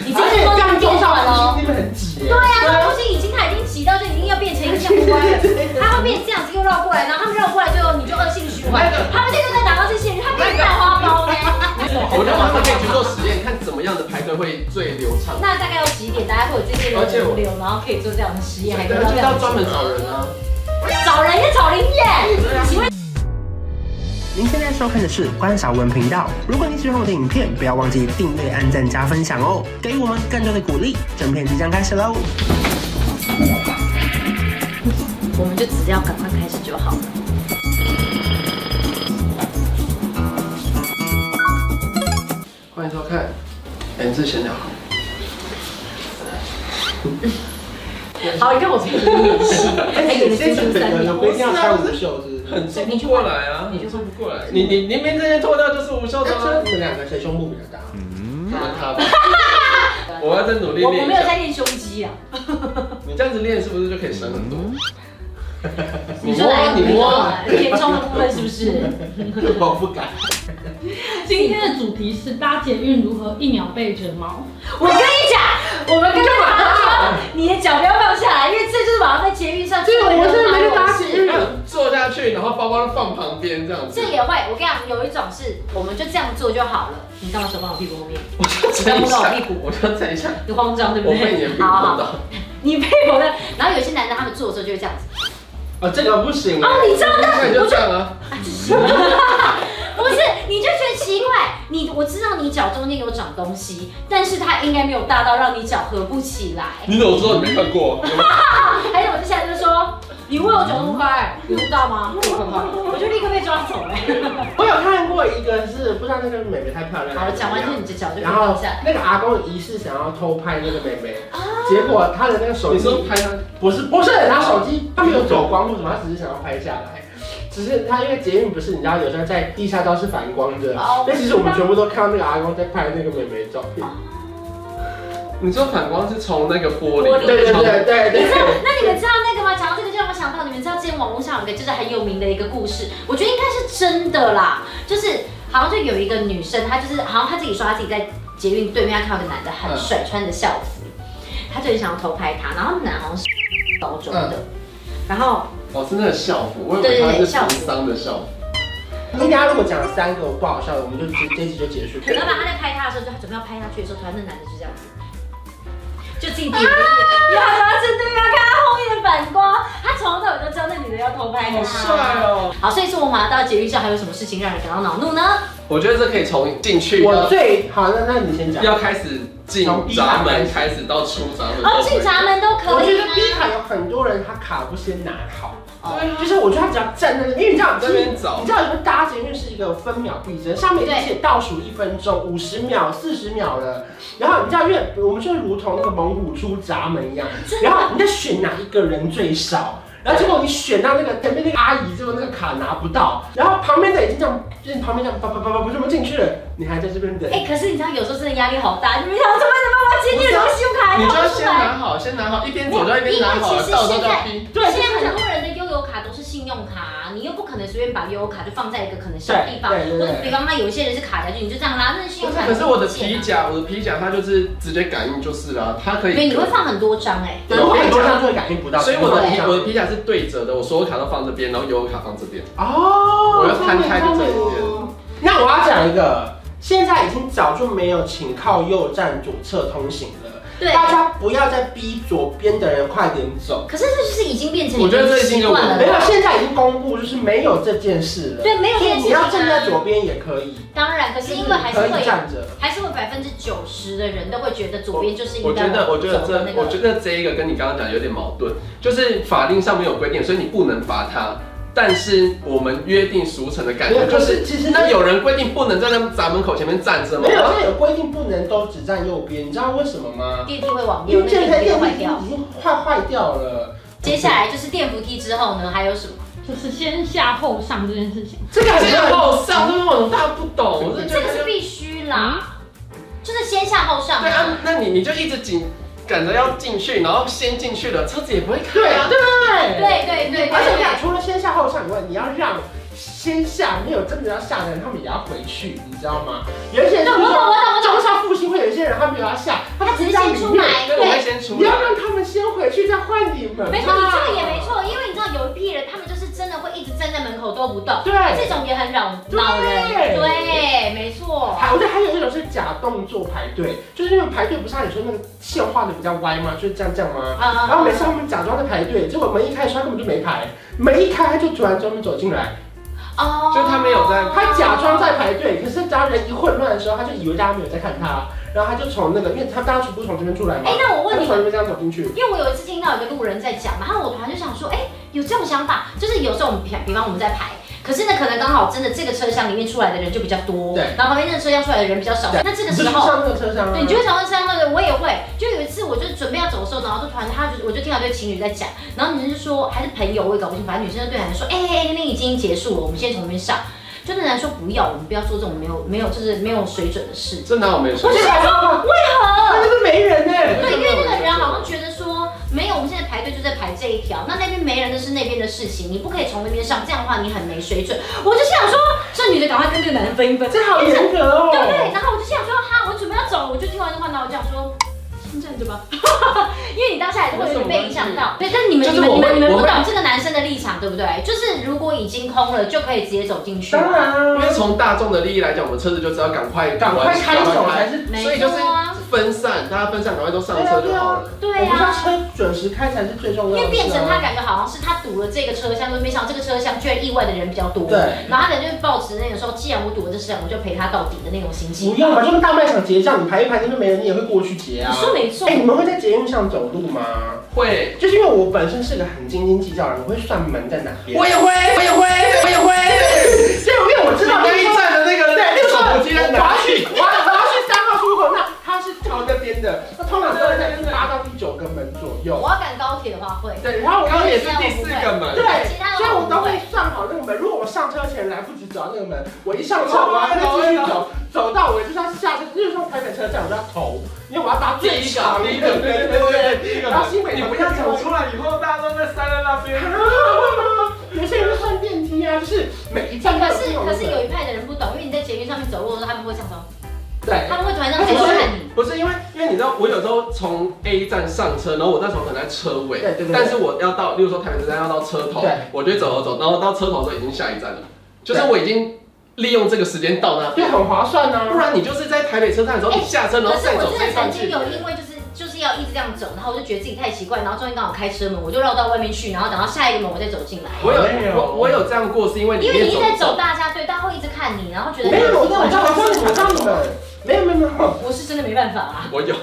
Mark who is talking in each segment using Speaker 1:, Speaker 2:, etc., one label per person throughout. Speaker 1: 已经
Speaker 2: 而且
Speaker 1: 这么
Speaker 2: 哎这
Speaker 1: 变
Speaker 2: 样撞
Speaker 1: 上
Speaker 2: 上
Speaker 1: 了。
Speaker 2: 去那边很挤耶。
Speaker 1: 对啊，这东西已经它已经挤到这已经要变成一个弯了，它会变这样子又绕过来，然后他们绕过来最后你就恶性循环
Speaker 2: 那个，
Speaker 1: 他们这个在打到这些人，他变成大花苞呢。
Speaker 3: 我觉得晚上可以去做实验，看怎么样的排队会最流畅。
Speaker 1: 那大概要几点大家会有这些
Speaker 3: 而且
Speaker 1: 人
Speaker 3: 我
Speaker 1: 物流，然后可以做这样的实验，还可
Speaker 3: 对
Speaker 1: 以到这
Speaker 3: 啊，就是
Speaker 1: 样子
Speaker 3: 要专门找人啊。
Speaker 1: 找人也找零耶。请问
Speaker 4: 您现在收看的是关少文频道。如果你喜欢我的影片，不要忘记订阅、按赞、加分享哦，给予我们更多的鼓励。整片即将开始喽！
Speaker 1: 我们就只要赶快开始就好了。
Speaker 3: 欢迎收看《人字闲聊》。
Speaker 1: 好，你看我这个演戏，还给你
Speaker 2: 这
Speaker 1: 出出
Speaker 2: 是本
Speaker 1: 三
Speaker 2: 人的，
Speaker 1: 年。
Speaker 2: 不一定要穿无袖，是不是？
Speaker 3: 很冲不过来啊！
Speaker 1: 你就
Speaker 3: 冲不过来。
Speaker 2: 你
Speaker 3: 你你你明这件脱掉就是无袖的
Speaker 2: 那
Speaker 3: 啊。
Speaker 2: 你们两个谁胸部比较大？
Speaker 3: 他吧。我要再努力
Speaker 1: 我
Speaker 3: 练
Speaker 1: 我
Speaker 3: 一
Speaker 1: 没有
Speaker 3: 下。
Speaker 1: 在练胸肌啊。
Speaker 3: 你这样子练是不是就可以省很多？
Speaker 1: 你说哪一
Speaker 3: 你
Speaker 1: 个？
Speaker 3: 摸啊
Speaker 1: 那个填充的部分是不是？
Speaker 2: 我不敢。
Speaker 5: 今天的主题是搭捷运如何一秒被卷毛。
Speaker 1: 我跟你讲，我们刚刚马上说，你的脚不要放下来，因为这就是马上在捷运上。
Speaker 2: 对我现在没在搭捷
Speaker 1: 运。
Speaker 2: 运
Speaker 3: 你看坐下去，然后包包放旁边这样子
Speaker 1: 这。也会，我跟你讲，有一种是，我们就这样做就好了。你干嘛手放我屁股后面？
Speaker 3: 我就
Speaker 1: 你
Speaker 3: 站一
Speaker 1: 摸到我
Speaker 3: 下
Speaker 1: 屁股，
Speaker 3: 我就站一下，
Speaker 1: 你慌张对不
Speaker 3: 我
Speaker 1: 对？
Speaker 3: 被你的屁股
Speaker 1: 好好
Speaker 3: 碰
Speaker 1: 好
Speaker 3: 到。
Speaker 1: 你被我的。然后有些男的他们做的时候就会这样子，
Speaker 2: 啊，这个不行啊
Speaker 1: 哦，你知道的，
Speaker 3: 那你欸就这样啊。
Speaker 1: 不是，你就觉得奇怪，你我知道你脚中间有长东西，但是它应该没有大到让你脚合不起来。
Speaker 3: 你怎么知道你没看过？
Speaker 1: 还有我就现在就说，你问我脚那么宽，你知道吗？我就立刻被抓走哎、
Speaker 2: 我有看过一个是不知道那个妹妹太漂亮了。
Speaker 1: 好，讲完之后你的脚就
Speaker 2: 然
Speaker 1: 放
Speaker 2: 后
Speaker 1: 下来。
Speaker 2: 那个阿公疑似想要偷拍那个妹妹，
Speaker 1: 啊
Speaker 2: 结果他的那个手
Speaker 3: 你
Speaker 2: 机
Speaker 3: 说拍他，
Speaker 2: 不是不是他手机他没有走光或什么，他只是想要拍下来。只是他因为捷运不是你知道有时候在地下道是反光的
Speaker 1: 哦，
Speaker 2: 但其实我们全部都看到那个阿公在拍那个妹妹的照片。
Speaker 3: 你说反光是从那个玻
Speaker 1: 玻
Speaker 3: 璃的，
Speaker 1: 璃
Speaker 2: 对对对对
Speaker 1: 你知道
Speaker 2: 对。，
Speaker 1: 那你们知道那个吗？讲到这个就让我想到，你们知道之前网络上有一个就是很有名的一个故事，我觉得应该是真的啦，就是好像就有一个女生，她就是好像她自己说她自己在捷运对面，她看到一个男的很帅，穿着校服，她就很想要偷拍他，然后那男的好像是高中的，然后
Speaker 3: 哦，是那个校服，我以为他是扶桑的校服。
Speaker 2: 你等下如果讲三个不好笑的，我们就这这集就结束。
Speaker 1: 老板他在拍他的时候，就他准备要拍下去的时候，突然那男的就这样子，就自己点了一眼，然后他正对面看他后啊面的反光，他从头到尾都知道那女的要偷拍他。
Speaker 2: 好帅哦！
Speaker 1: 好，所以说我们拿到捷运上还有什么事情让人感到恼怒呢？
Speaker 3: 我觉得这可以从进去
Speaker 2: 我
Speaker 3: 要
Speaker 2: 最好，那那你先讲。
Speaker 3: 要开始进闸门开始到出闸门
Speaker 1: 哦，进闸门都
Speaker 2: 我
Speaker 1: 可
Speaker 2: 觉
Speaker 1: 以
Speaker 2: 得
Speaker 1: 吗？
Speaker 2: B 卡有很多人他卡不先拿好，
Speaker 1: 哦
Speaker 2: 对，就是我觉得他只要站在那，因为你知道
Speaker 3: 这边找
Speaker 2: 你知道有个搭捷运是一个分秒必争，上面已经写倒数一分钟、五十秒、四十秒了，然后你知道，因为我们就如同那个猛虎出闸门一样，然后你在选哪一个人最少。然后结果你选到那个前面那个阿姨，结果那个卡拿不到，然后旁边的已经这样，就是旁边这样叭叭叭叭叭，不么进去了，你还在这边等。
Speaker 1: 哎、可是你知道有时候真的压力好大，你们想怎么怎么我捷运怎么信用卡还
Speaker 3: 你就
Speaker 1: 掏不出
Speaker 3: 先
Speaker 1: 来？
Speaker 3: 拿好，先拿好，一边走就一边拿好，到时候就要拼。
Speaker 2: 对，
Speaker 1: 现在很多人的悠游卡都是信用卡、你又不可能随便把悠游卡就放在一个可能小地方，
Speaker 2: 对对对
Speaker 1: 或者比方那有一些人是卡下去，你就这样拉，那是信用卡。
Speaker 3: 可是我的皮，
Speaker 1: 啊
Speaker 3: 夹，我的皮夹它就是直接感应就是啦，它可以。
Speaker 1: 因为你会放很多张哎、
Speaker 2: 对，我很多人就会感应不到，
Speaker 3: 所以我的皮
Speaker 2: 对
Speaker 3: 我的皮夹是对折的，我所有卡都放这边，然后有卡放这边。
Speaker 2: 哦，
Speaker 3: 我要摊开就这一边
Speaker 2: 那我要讲一个，现在已经早就没有请靠右站左侧通行了，
Speaker 1: 对。
Speaker 2: 大家不要再逼左边的人快点走。
Speaker 1: 可是这就是已经变成
Speaker 3: 我觉得这已经
Speaker 1: 习
Speaker 3: 有
Speaker 1: 惯了
Speaker 2: 没有，
Speaker 1: 啦。
Speaker 2: 现在已经公布就是没有这件事了。
Speaker 1: 对没有这
Speaker 2: 所以
Speaker 1: 件事
Speaker 2: 你要站在左边也可以，
Speaker 1: 当然，可是因为还是
Speaker 2: 可以
Speaker 1: 会，
Speaker 2: 站着。
Speaker 1: 还是会百分之九十的人都会觉得左边就是
Speaker 3: 我
Speaker 1: 应该
Speaker 3: 觉得，我觉得
Speaker 1: 走的那
Speaker 3: 这，我
Speaker 1: 个。
Speaker 3: 觉得这一个跟你刚刚讲有点矛盾，就是法令上面有规定，所以你不能罚他。但是我们约定俗成的感
Speaker 2: 没
Speaker 3: 觉
Speaker 2: 有
Speaker 3: 就
Speaker 2: 可是
Speaker 3: 是，
Speaker 2: 其实
Speaker 3: 那有人规定不能在那闸门口前面站着吗
Speaker 2: 没？有，现在有规定不能都只站右边，你知道为什么吗？
Speaker 1: 电梯会往
Speaker 2: 因
Speaker 1: 右，
Speaker 2: 为
Speaker 1: 那
Speaker 2: 现
Speaker 1: 个
Speaker 2: 在
Speaker 1: 电梯
Speaker 2: 电
Speaker 1: 会坏
Speaker 2: 梯
Speaker 1: 掉。
Speaker 2: 已经快坏掉了。
Speaker 1: 接下来就是电扶梯之后呢，还有什么？
Speaker 5: 就是先下后上这件事情，
Speaker 2: 这个
Speaker 3: 这
Speaker 2: 很
Speaker 3: 个好上，这种大家不懂，我是觉
Speaker 1: 这
Speaker 3: 得
Speaker 1: 个是必须啦，就是先下后上
Speaker 3: 对
Speaker 1: 啊。
Speaker 3: 啊，那你你就一直紧赶着要进去，然后先进去了，车子也不会开
Speaker 2: 对
Speaker 3: 啊。
Speaker 2: 对
Speaker 1: 对对对
Speaker 2: 而且你
Speaker 1: 对
Speaker 2: 俩除了先下后上以外，你要让先下没有真的要下的人，他们也要回去，你知道吗？有一些人就是
Speaker 1: 我懂我懂
Speaker 2: 说
Speaker 1: 我懂
Speaker 2: 中校复兴会有一些人他没有要下，他们
Speaker 1: 他只是
Speaker 2: 在
Speaker 1: 先
Speaker 2: 里
Speaker 1: 出
Speaker 2: 面
Speaker 1: 来
Speaker 3: 对，我会先出
Speaker 2: 啊你要
Speaker 3: 来。
Speaker 2: 让他们先回去，再换你们。
Speaker 1: 没错，你这个也没。错，因为你知道有一批人，他们就是真的会一直站在门口都不动，
Speaker 2: 对，
Speaker 1: 这种也很扰恼人。
Speaker 2: 对
Speaker 1: 对，没错。
Speaker 2: 还我觉得还有一种是假动作排队，就是那种排队不是按你说那个线画的比较歪吗？就是这样这样吗？
Speaker 1: 啊
Speaker 2: 然后每次他们假装在排队，结果门一开的时候他根本就没排，门一开他就突然专门走进来，
Speaker 1: 哦
Speaker 3: 就是他没有在
Speaker 2: 他假装在排队，可是只要人一混乱的时候，他就以为大家没有在看他，然后他就从那个，因为他当时不是从这边出来吗
Speaker 1: 哎，？那我问
Speaker 2: 他就
Speaker 1: 你
Speaker 2: 从，这边这样走进去。
Speaker 1: 因为我有一次听到有个路人在讲嘛，然后我突然就想说，哎、有这种想法，就是有时候我们比比方我们在排，可是呢，可能刚好真的这个车厢里面出来的人就比较多，
Speaker 2: 对
Speaker 1: 然后旁边那个车厢出来的人比较少
Speaker 2: 对，
Speaker 1: 那这个
Speaker 2: 你就
Speaker 1: 时
Speaker 2: 去
Speaker 1: 候。
Speaker 2: 上那个车厢啊
Speaker 1: 对，你就会想到这样的，我也会。就有一次，我就准备要走的时候，然后就突然他就我就听到一对情侣在讲，然后女生就说还是朋友，我也搞不清，反正女生就对男生说，哎、哎哎那已经结束了，我们先从那边上。就那男生说不要，我们不要做这种没有没有就是没有水准的事情。
Speaker 3: 这哪有没说
Speaker 2: 我？想说，为何？那就是没人呢。
Speaker 1: 对，因为那个人好像觉得说，没有，我们现在排队就在排这一条，那那边没人的是那边的事情，你不可以从那边上，这样的话你很没水准。我就心想说，这女的赶快跟这个男人分一分，
Speaker 2: 这好严格哦。
Speaker 1: 对不对？然后我就心想说，哈，我准备要走了，我就听完这话，然后我就想说。先站着吧， 因为你当下也是会有点被影响到。对，但你们
Speaker 3: 就
Speaker 1: 你
Speaker 3: 是
Speaker 1: 们
Speaker 3: 我
Speaker 1: 你们
Speaker 3: 会
Speaker 1: 你们
Speaker 3: 我
Speaker 1: 不
Speaker 3: 会
Speaker 1: 懂这个男生的立场，对不对？就是如果已经空了，就可以直接走进去。
Speaker 2: 当然
Speaker 3: 因
Speaker 2: 啊
Speaker 3: 为，从大众的利益来讲，我们车子就知道赶快
Speaker 2: 赶快开走才
Speaker 3: 赶快
Speaker 2: 是。
Speaker 1: 没
Speaker 3: 所以就是
Speaker 1: 错啊
Speaker 3: 分散，大家分散，赶快都上车就好了。
Speaker 2: 我
Speaker 1: 对
Speaker 2: 们
Speaker 1: 啊
Speaker 2: 要。车准时开才是最重要
Speaker 1: 因为
Speaker 2: 的。
Speaker 1: 变
Speaker 3: 啊
Speaker 1: 成他。感觉好像是他堵了这个车厢，就没想到这个车厢居然意外的人比较多。
Speaker 2: 对
Speaker 1: 然后他可能就是抱持那种说，既然我堵了这车厢，我就陪他到底的那种心情
Speaker 2: 不。用嘛，就跟大卖场结账，你排一排那边没人，你也会过去结
Speaker 1: 你
Speaker 2: 啊。
Speaker 1: 说没错
Speaker 2: 哎，，你们会在捷运上走路吗？
Speaker 3: 啊会，
Speaker 2: 就是因为我本身是个很斤斤计较的人，我会算门在哪边。
Speaker 3: 也会，我也会，我也会。
Speaker 2: 就因为我知道
Speaker 3: 第一站的那个
Speaker 2: 对，例如说
Speaker 3: 手机在
Speaker 2: 我
Speaker 3: 哪
Speaker 2: 要去
Speaker 3: 里？，
Speaker 2: 我要我要去三号出口，那他是朝那边的，那通常都会在第八到第九个门左右
Speaker 1: 我。要啊赶高铁的话会。
Speaker 2: 对，然后我
Speaker 3: 刚
Speaker 2: 要
Speaker 3: 刚也是第四个门
Speaker 2: 对，，
Speaker 1: 其他的
Speaker 2: 所以我
Speaker 1: 我
Speaker 2: 都
Speaker 1: 不
Speaker 2: 会
Speaker 1: 会。
Speaker 2: 算好那个门。如果我上车前来不及走到那个门，我一上车我要再继续走，走到我就是要下车，就是说台北车站我就要投，因为我要搭最长的
Speaker 3: 第
Speaker 2: 一
Speaker 3: 一
Speaker 2: 个
Speaker 3: 个，
Speaker 2: 门。
Speaker 3: 对对对对，第一个
Speaker 2: 然后
Speaker 3: 门。
Speaker 2: 新北
Speaker 3: 你不要讲出来，以后大家都在塞在那边。
Speaker 2: 有些人会换电梯啊，就是每一站
Speaker 1: 哎
Speaker 2: 都
Speaker 1: 可是
Speaker 2: 有
Speaker 1: 可
Speaker 2: 门
Speaker 1: 是有一派的人不懂，因为你在捷运上面走路的时候，他们会这样走，
Speaker 3: 哎
Speaker 2: 对
Speaker 1: 他们会突然这样抬头看你。
Speaker 3: 不是因为，因为你知道，我有时候从 A 站上车，然后我那时候可能在车尾，
Speaker 2: 对对对
Speaker 3: 但是我要到，例如说台北车站要到车头
Speaker 2: 对，
Speaker 3: 我就会走走走，然后到车头的时候已经下一站了，就是我已经利用这个时间到那
Speaker 2: 对，很划算啊。
Speaker 3: 不然你就是在台北车站的时候，
Speaker 1: 哎
Speaker 3: 你下车然
Speaker 1: 可
Speaker 3: 后
Speaker 1: 是
Speaker 3: 再
Speaker 1: 我
Speaker 3: 走
Speaker 1: 真
Speaker 3: 再
Speaker 1: 的
Speaker 3: 上
Speaker 1: 曾
Speaker 3: 去
Speaker 1: 经。有因为就是就是要一直这样走，然后我就觉得自己太奇怪，然后终于刚好开车门，我就绕到外面去，然后等到下一个门我再走进来。
Speaker 3: 我有
Speaker 2: 没有
Speaker 3: 我我有这样过，是因为里
Speaker 1: 因为
Speaker 3: 面
Speaker 1: 你一直在走
Speaker 3: 走，
Speaker 1: 大家队，大家会一直看你，然后觉得
Speaker 2: 没有，我知道，我知道，我知道你们，我知道你们。没有没有没有，
Speaker 1: 我是真的没办法啊。
Speaker 3: 我有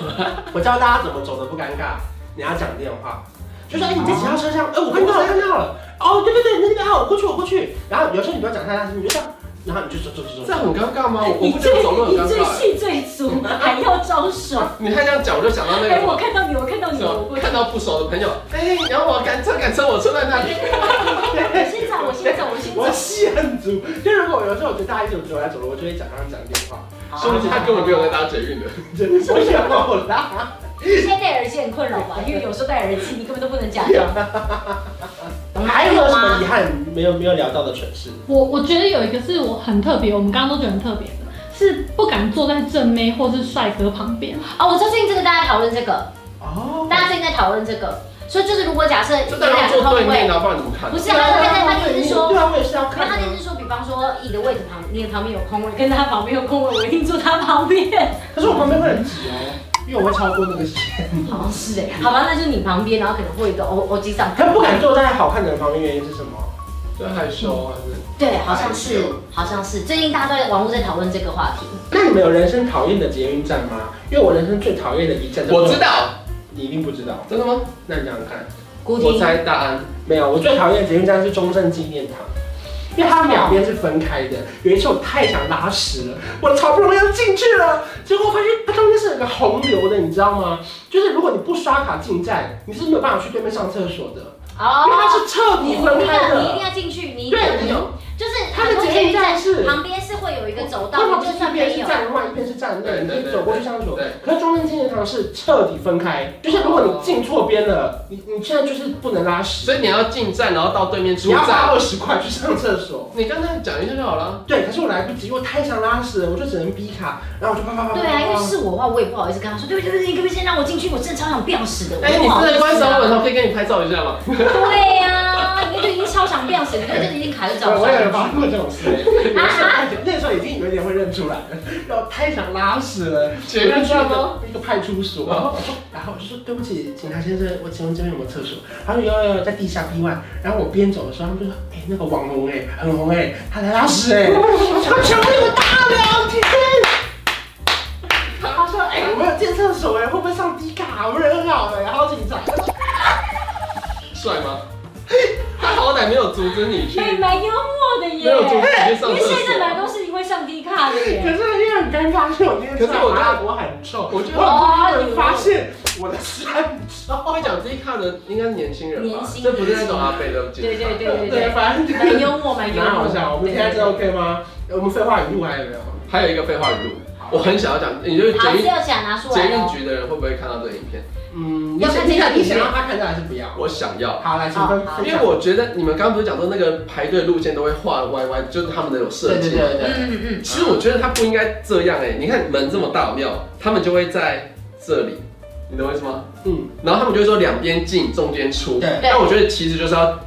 Speaker 2: 我教大家怎么走的不尴尬。你要讲电话，就说哎、你在几号车厢？哎、我看到了，看到了。哦，对对对，那边啊，我过去，我过去。然后有时候你不要讲太大声，你就这样，然后你就走走走
Speaker 3: 这
Speaker 2: 走。
Speaker 3: 样很尴 尬吗？我我不觉得走路很尴尬。
Speaker 1: 戏最 足，还要招手。
Speaker 3: 你看这样讲，我就想到那个什么
Speaker 1: 看到哎你，我看到
Speaker 3: 什么，看到不熟的朋友，哎，你要我赶车赶车，我车在那里。
Speaker 1: 我先走，我先走，我先走
Speaker 2: 我。气很足，就如果有时候我觉得大家一直走来走路，我就会假装讲电话。
Speaker 3: 说不定他根本没有在搭捷运的。
Speaker 2: 真的，我有啦。
Speaker 1: 现在戴耳机很困扰吧？因为有时候戴耳机，你根本都不能假装。
Speaker 2: 还有没有什么遗憾没有没有聊到的蠢事？
Speaker 5: 嗯我我觉得有一个是我很特别，我们刚刚都觉得很特别的，是不敢坐在正妹或是帅哥旁边。
Speaker 2: 啊
Speaker 1: 哦，我知道最近这个大家讨论这个，
Speaker 2: 哦，
Speaker 1: 大家最近在讨论这个，所以就是如果假设
Speaker 3: 就
Speaker 1: 有
Speaker 3: 当然
Speaker 1: 两个
Speaker 3: 坐
Speaker 1: 空
Speaker 3: 对面
Speaker 1: 位，
Speaker 3: 啊，不然怎么看
Speaker 1: 不？是啊，他他他的意思是说
Speaker 2: 对。啊，我也是要
Speaker 1: 那
Speaker 2: 看
Speaker 1: 他的意思是说，比方说你的位置旁，你的旁边有空位，跟他旁边有空位，我一定坐他旁边。
Speaker 2: 可是我旁边会很挤哦，因为我会超过那个线。
Speaker 1: 好像是哎，好吧，那就你旁边，然后可能会有一个欧欧机上。
Speaker 2: 他不敢坐在好看的人旁边，原因是什么？
Speaker 3: 对，害羞还是？
Speaker 1: 对，好像是，好像是。最近大家都在网络在讨论这个话题。
Speaker 2: 那你们有人生讨厌的捷运站吗？因为我人生最讨厌的一站，
Speaker 3: 我知，道，
Speaker 2: 你一定不知道。
Speaker 3: 真的吗？
Speaker 2: 那你想想看，
Speaker 1: 孤
Speaker 3: 我
Speaker 1: 听，
Speaker 3: 猜大安。
Speaker 2: 没有，我最讨厌的捷运站是中正纪念堂。因为它两边是分开的，有一次我太想拉屎了，我好不容易要进去了，结果发现它中间是有个洪流的，你知道吗？就是如果你不刷卡进站，你是没有办法去对面上厕所的，因为它
Speaker 1: 哦，
Speaker 2: 是彻
Speaker 1: 你
Speaker 2: 底
Speaker 1: 一定
Speaker 2: 分开
Speaker 1: 要，你一定
Speaker 2: 的。
Speaker 1: 要进去，你一定要
Speaker 2: 对，
Speaker 1: 进
Speaker 2: 你
Speaker 1: 去
Speaker 2: 有，
Speaker 1: 就是
Speaker 2: 它
Speaker 1: 很
Speaker 2: 的
Speaker 1: 多
Speaker 2: 捷
Speaker 1: 捷
Speaker 2: 运
Speaker 1: 运
Speaker 2: 站
Speaker 1: 站
Speaker 2: 是
Speaker 1: 旁边是会有一个走道，
Speaker 2: 它
Speaker 1: 你
Speaker 2: 不
Speaker 1: 就是
Speaker 2: 一
Speaker 1: 算
Speaker 2: 边
Speaker 1: 没
Speaker 2: 是
Speaker 1: 有。
Speaker 2: 站外，一边是站内，你可以走过去上厕所。
Speaker 3: 对，
Speaker 2: 可是中正纪念堂是彻底分开，就是如果你进错边了，你你现在就是不能拉屎，
Speaker 3: 所以你要进站，然后到对面出
Speaker 2: 你要花
Speaker 3: 站。
Speaker 2: 二十块去上厕所。
Speaker 3: 你刚才讲一下就好了。
Speaker 2: 对，可是我来不及，因为我太想拉屎了，我就只能逼卡，然后我就啪啪啪啪啪啪。
Speaker 1: 对啊，因为是我的话，我也不好意思跟他说，对不起对不起，你可不可以先让我进去？我真的超想飙屎的，我
Speaker 3: 哎，
Speaker 1: 不
Speaker 3: 你
Speaker 1: 好
Speaker 3: 正
Speaker 1: 意思
Speaker 3: 在关
Speaker 1: 啊
Speaker 3: 小我的时候，可以跟你拍照一下吗？
Speaker 1: 对呀，你就已经超想飙屎，你就已经卡在
Speaker 2: 对
Speaker 1: 脚
Speaker 2: 我也
Speaker 1: 上。
Speaker 2: 有发生过这种 事，哎那时候已经有点会认出来了，然后太想拉屎了，
Speaker 3: 捷运站吗？
Speaker 2: 一个派出所，然后然后我就说对不起，警察先生，我请问这边有没有厕所？他说有有有，在地下 B one。然后我边走的时候，他们就说，哎、那个网红哎、很红哎、他来拉屎 哎、我说全部一个大聊天。他说哎、我有建厕所哎、会不会上 D 卡？我们人很好哎、好紧张。
Speaker 3: 帅吗？他好歹没有阻止你去，
Speaker 1: 哎，
Speaker 3: 没
Speaker 1: 蛮幽默的耶，
Speaker 3: 有阻止你去
Speaker 1: 因
Speaker 3: 上厕
Speaker 1: 为现在蛮
Speaker 3: 所。
Speaker 1: 多事情会上 D 卡的
Speaker 2: 可
Speaker 1: 耶。
Speaker 2: 是因为很尴尬，是我今天
Speaker 3: 可是我
Speaker 2: 麻
Speaker 3: 觉
Speaker 2: 辣
Speaker 3: 得
Speaker 2: 锅很臭，
Speaker 3: 我觉得
Speaker 1: 哦
Speaker 2: 我有人发现我的屎很臭。
Speaker 3: 会讲 D 卡的应该是年轻人吧
Speaker 1: 年，轻
Speaker 3: 这不是那种阿北的
Speaker 1: 对
Speaker 3: 警察
Speaker 1: 对对对
Speaker 2: 对，
Speaker 1: 对，
Speaker 2: 反正就是
Speaker 1: 蛮幽默，蛮幽
Speaker 2: 蛮
Speaker 1: 默
Speaker 2: 好
Speaker 1: 的。
Speaker 2: 笑。我们现在这 OK 吗？我们废话语录还有没有？
Speaker 3: 还有一个废话语录，我很想要讲，你就是
Speaker 1: 好，只
Speaker 3: 捷运
Speaker 1: 有想拿出来
Speaker 3: 捷运
Speaker 1: 哦。
Speaker 3: 局的人会不会看到这个影片？
Speaker 2: 嗯，你
Speaker 1: 要看
Speaker 2: 想你
Speaker 1: 这个
Speaker 2: 想你
Speaker 1: 影片
Speaker 2: 想让他看到还是不要？
Speaker 3: 我想要。
Speaker 2: 好，来，请分
Speaker 1: 哦好
Speaker 2: 分
Speaker 3: 因为
Speaker 2: 享。
Speaker 3: 我觉得你们刚刚不是讲说那个排队路线都会画歪歪，就是他们的有设
Speaker 2: 对对
Speaker 3: 计。
Speaker 2: 对对，
Speaker 1: 嗯嗯嗯，
Speaker 3: 其实我觉得他不应该这样哎、你看门这么大有没有？他们就会在这里，你懂我意思吗？
Speaker 2: 嗯，
Speaker 3: 然后他们就会说两边进，中间出。
Speaker 2: 对
Speaker 1: 对
Speaker 3: 但我觉得其实就是要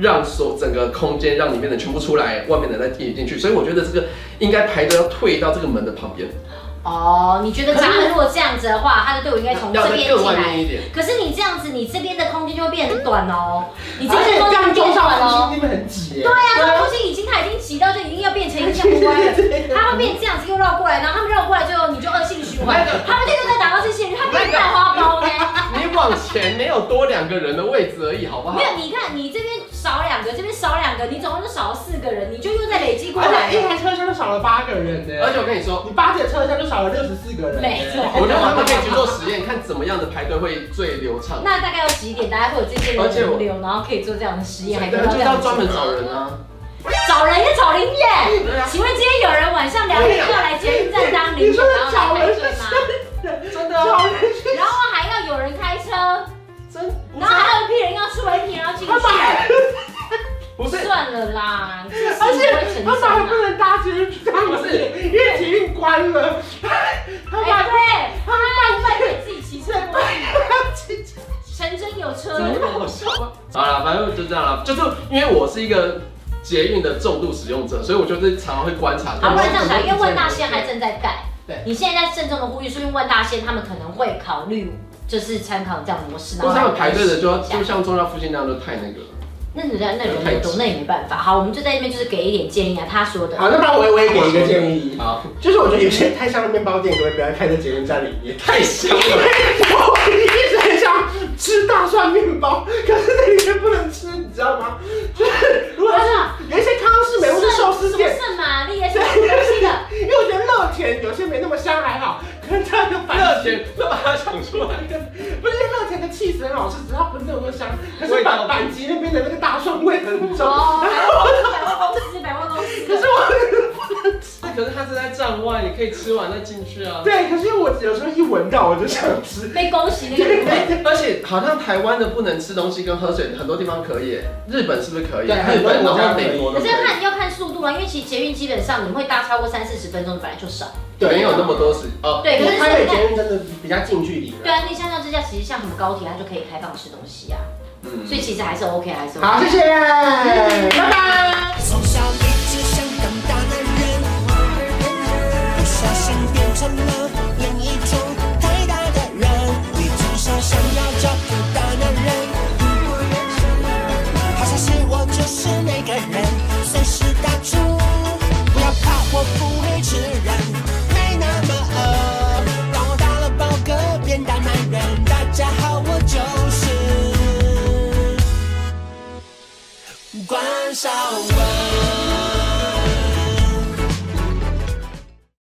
Speaker 3: 让所整个空间让里面的全部出来，外面的再进进去。所以我觉得这个应该排队要退到这个门的旁边，
Speaker 1: 哦，你觉得他如果这样子的话，他的队伍应该从
Speaker 3: 要
Speaker 1: 这
Speaker 3: 再
Speaker 1: 边
Speaker 3: 更
Speaker 1: 进
Speaker 3: 外
Speaker 1: 来
Speaker 3: 面。一点。
Speaker 1: 可是你这样子，你这边的空间就会变很短哦，你这
Speaker 2: 而且
Speaker 1: 边的
Speaker 2: 这
Speaker 1: 空
Speaker 2: 样
Speaker 1: 间
Speaker 2: 中
Speaker 1: 变短
Speaker 2: 上
Speaker 1: 哦。
Speaker 2: 心你们很挤耶。
Speaker 1: 对啊，这个东西已经它已经挤到就已经要变成一个像歪 了，它会变这样子又绕过来，然后他们绕过来之后你就恶性循环
Speaker 3: 那个，
Speaker 1: 他们就又在打到这些人，他们又带花哎苞呢。
Speaker 3: 你往前没有多两个人的位置而已，好不好
Speaker 1: 没？有，你看你这边少两个，这边少两个，你总共就少了四个人，你就又在累积过
Speaker 2: 而
Speaker 1: 来
Speaker 2: 且一
Speaker 1: 了。
Speaker 2: 台车厢就少了八个人呢。
Speaker 3: 而且我跟你说，
Speaker 2: 你八节车厢就少了六十四个人。
Speaker 1: 没错
Speaker 3: 我觉得他们可以去做实验，看怎么样的排队会最流畅。
Speaker 1: 那大概要几点？大家会有这些
Speaker 3: 而且
Speaker 1: 人
Speaker 3: 我
Speaker 1: 轮流，然后可以做这样的实验，还可
Speaker 3: 对
Speaker 1: 以做这
Speaker 3: 啊，就是
Speaker 1: 样
Speaker 3: 要
Speaker 1: 的
Speaker 3: 专
Speaker 1: 实
Speaker 3: 门
Speaker 1: 验
Speaker 3: 找人啊。
Speaker 1: 找人也找零耶。
Speaker 3: 对啊，
Speaker 1: 请问今天有人晚上两点要来捷运站当领
Speaker 2: 你
Speaker 1: 导
Speaker 2: 说
Speaker 1: 然
Speaker 2: 的
Speaker 1: 后
Speaker 2: 找
Speaker 1: 来排
Speaker 2: 人是
Speaker 1: 队吗？
Speaker 3: 真的啊，
Speaker 2: 找人是
Speaker 1: 然后还要有人开车，
Speaker 3: 真不
Speaker 1: 然
Speaker 3: 是
Speaker 1: 后还有一批人要出违停，然后进
Speaker 2: 他买
Speaker 1: 去。哎
Speaker 3: 不是
Speaker 1: 算了啦，你这
Speaker 2: 而
Speaker 1: 事情不会
Speaker 2: 且
Speaker 1: 成
Speaker 2: 他
Speaker 1: 真
Speaker 2: 妈还不
Speaker 1: 啊。
Speaker 2: 能搭捷运去他们是，因为捷运关了，他
Speaker 1: 哎，
Speaker 2: 把
Speaker 1: 对，他半夜自己骑车过去。成真有车，
Speaker 3: 好笑吗？好了，反正就这样了。就是因为我是一个捷运的重度使用者，所以我就是常常会观察。
Speaker 1: 好，不然这样想，因为万大仙还正在盖。
Speaker 2: 对
Speaker 1: 你现在在慎重的呼吁，说明万大仙他们可能会考虑，就是参考这样的模式，然
Speaker 3: 或
Speaker 1: 后
Speaker 3: 是他们排队的就要
Speaker 1: 来试一下
Speaker 3: 就像中央附近那样，就太那个了。
Speaker 1: 那人家那人很多，那也没办法。好，我们就在那边就是给一点建议啊，他说的。
Speaker 2: 好，那帮微微给一个建议，
Speaker 3: 好，
Speaker 2: 就是我觉得有些太香的面包店，各位不要开在捷运站里面。
Speaker 3: 太香了。
Speaker 2: 我一直很想吃大蒜面包，可是那里面不能吃，你知道吗？就是如果是有一些康师美或是寿司
Speaker 1: 什么
Speaker 2: 店，
Speaker 1: 圣玛丽啊，什么东西 的，
Speaker 2: 因为我觉得乐田有些没那么香还好，可是它的反
Speaker 3: 热天，那把它想出来。
Speaker 2: 不是因为乐田的气死很好吃，只是它不是那么多香，可是
Speaker 3: 味道
Speaker 2: 板板级那边的那个大蒜味很重。
Speaker 1: 哦，百万公司，百万公司。
Speaker 2: 可是我
Speaker 3: 那可是它是在站外，你可以吃完再进去啊。
Speaker 2: 对，可是我有时候一闻到我就想 吃。
Speaker 1: 被恭喜那个人，
Speaker 3: 哎而且好像台湾的不能吃东西跟喝水，很多地方可以耶。日本是不是可以？
Speaker 2: 对
Speaker 3: 日本然后美国
Speaker 1: 可
Speaker 3: 的
Speaker 1: 是要看要看速度啊，因为其实捷运基本上你会搭超过三四十分钟的本来就少。
Speaker 3: 没有那么多时哦。
Speaker 1: 对，可是
Speaker 2: 它
Speaker 1: 现
Speaker 2: 的
Speaker 1: 在
Speaker 2: 捷运真的比较近距离。
Speaker 1: 对啊，那相较之下，其实像什么高铁，它就可以开放吃东西啊，
Speaker 3: 嗯
Speaker 1: 所以其实还是 OK，还是 OK。
Speaker 2: 好，谢谢，拜拜。
Speaker 6: 从小一直想当大男人，不小心变成了另一种太大的人，一直想想要找个大男人，好消息我就是那个人，随时打住，不要怕我不会吃人，没那么饿，让我打了饱嗝变大男人，大家好，我就是关少文。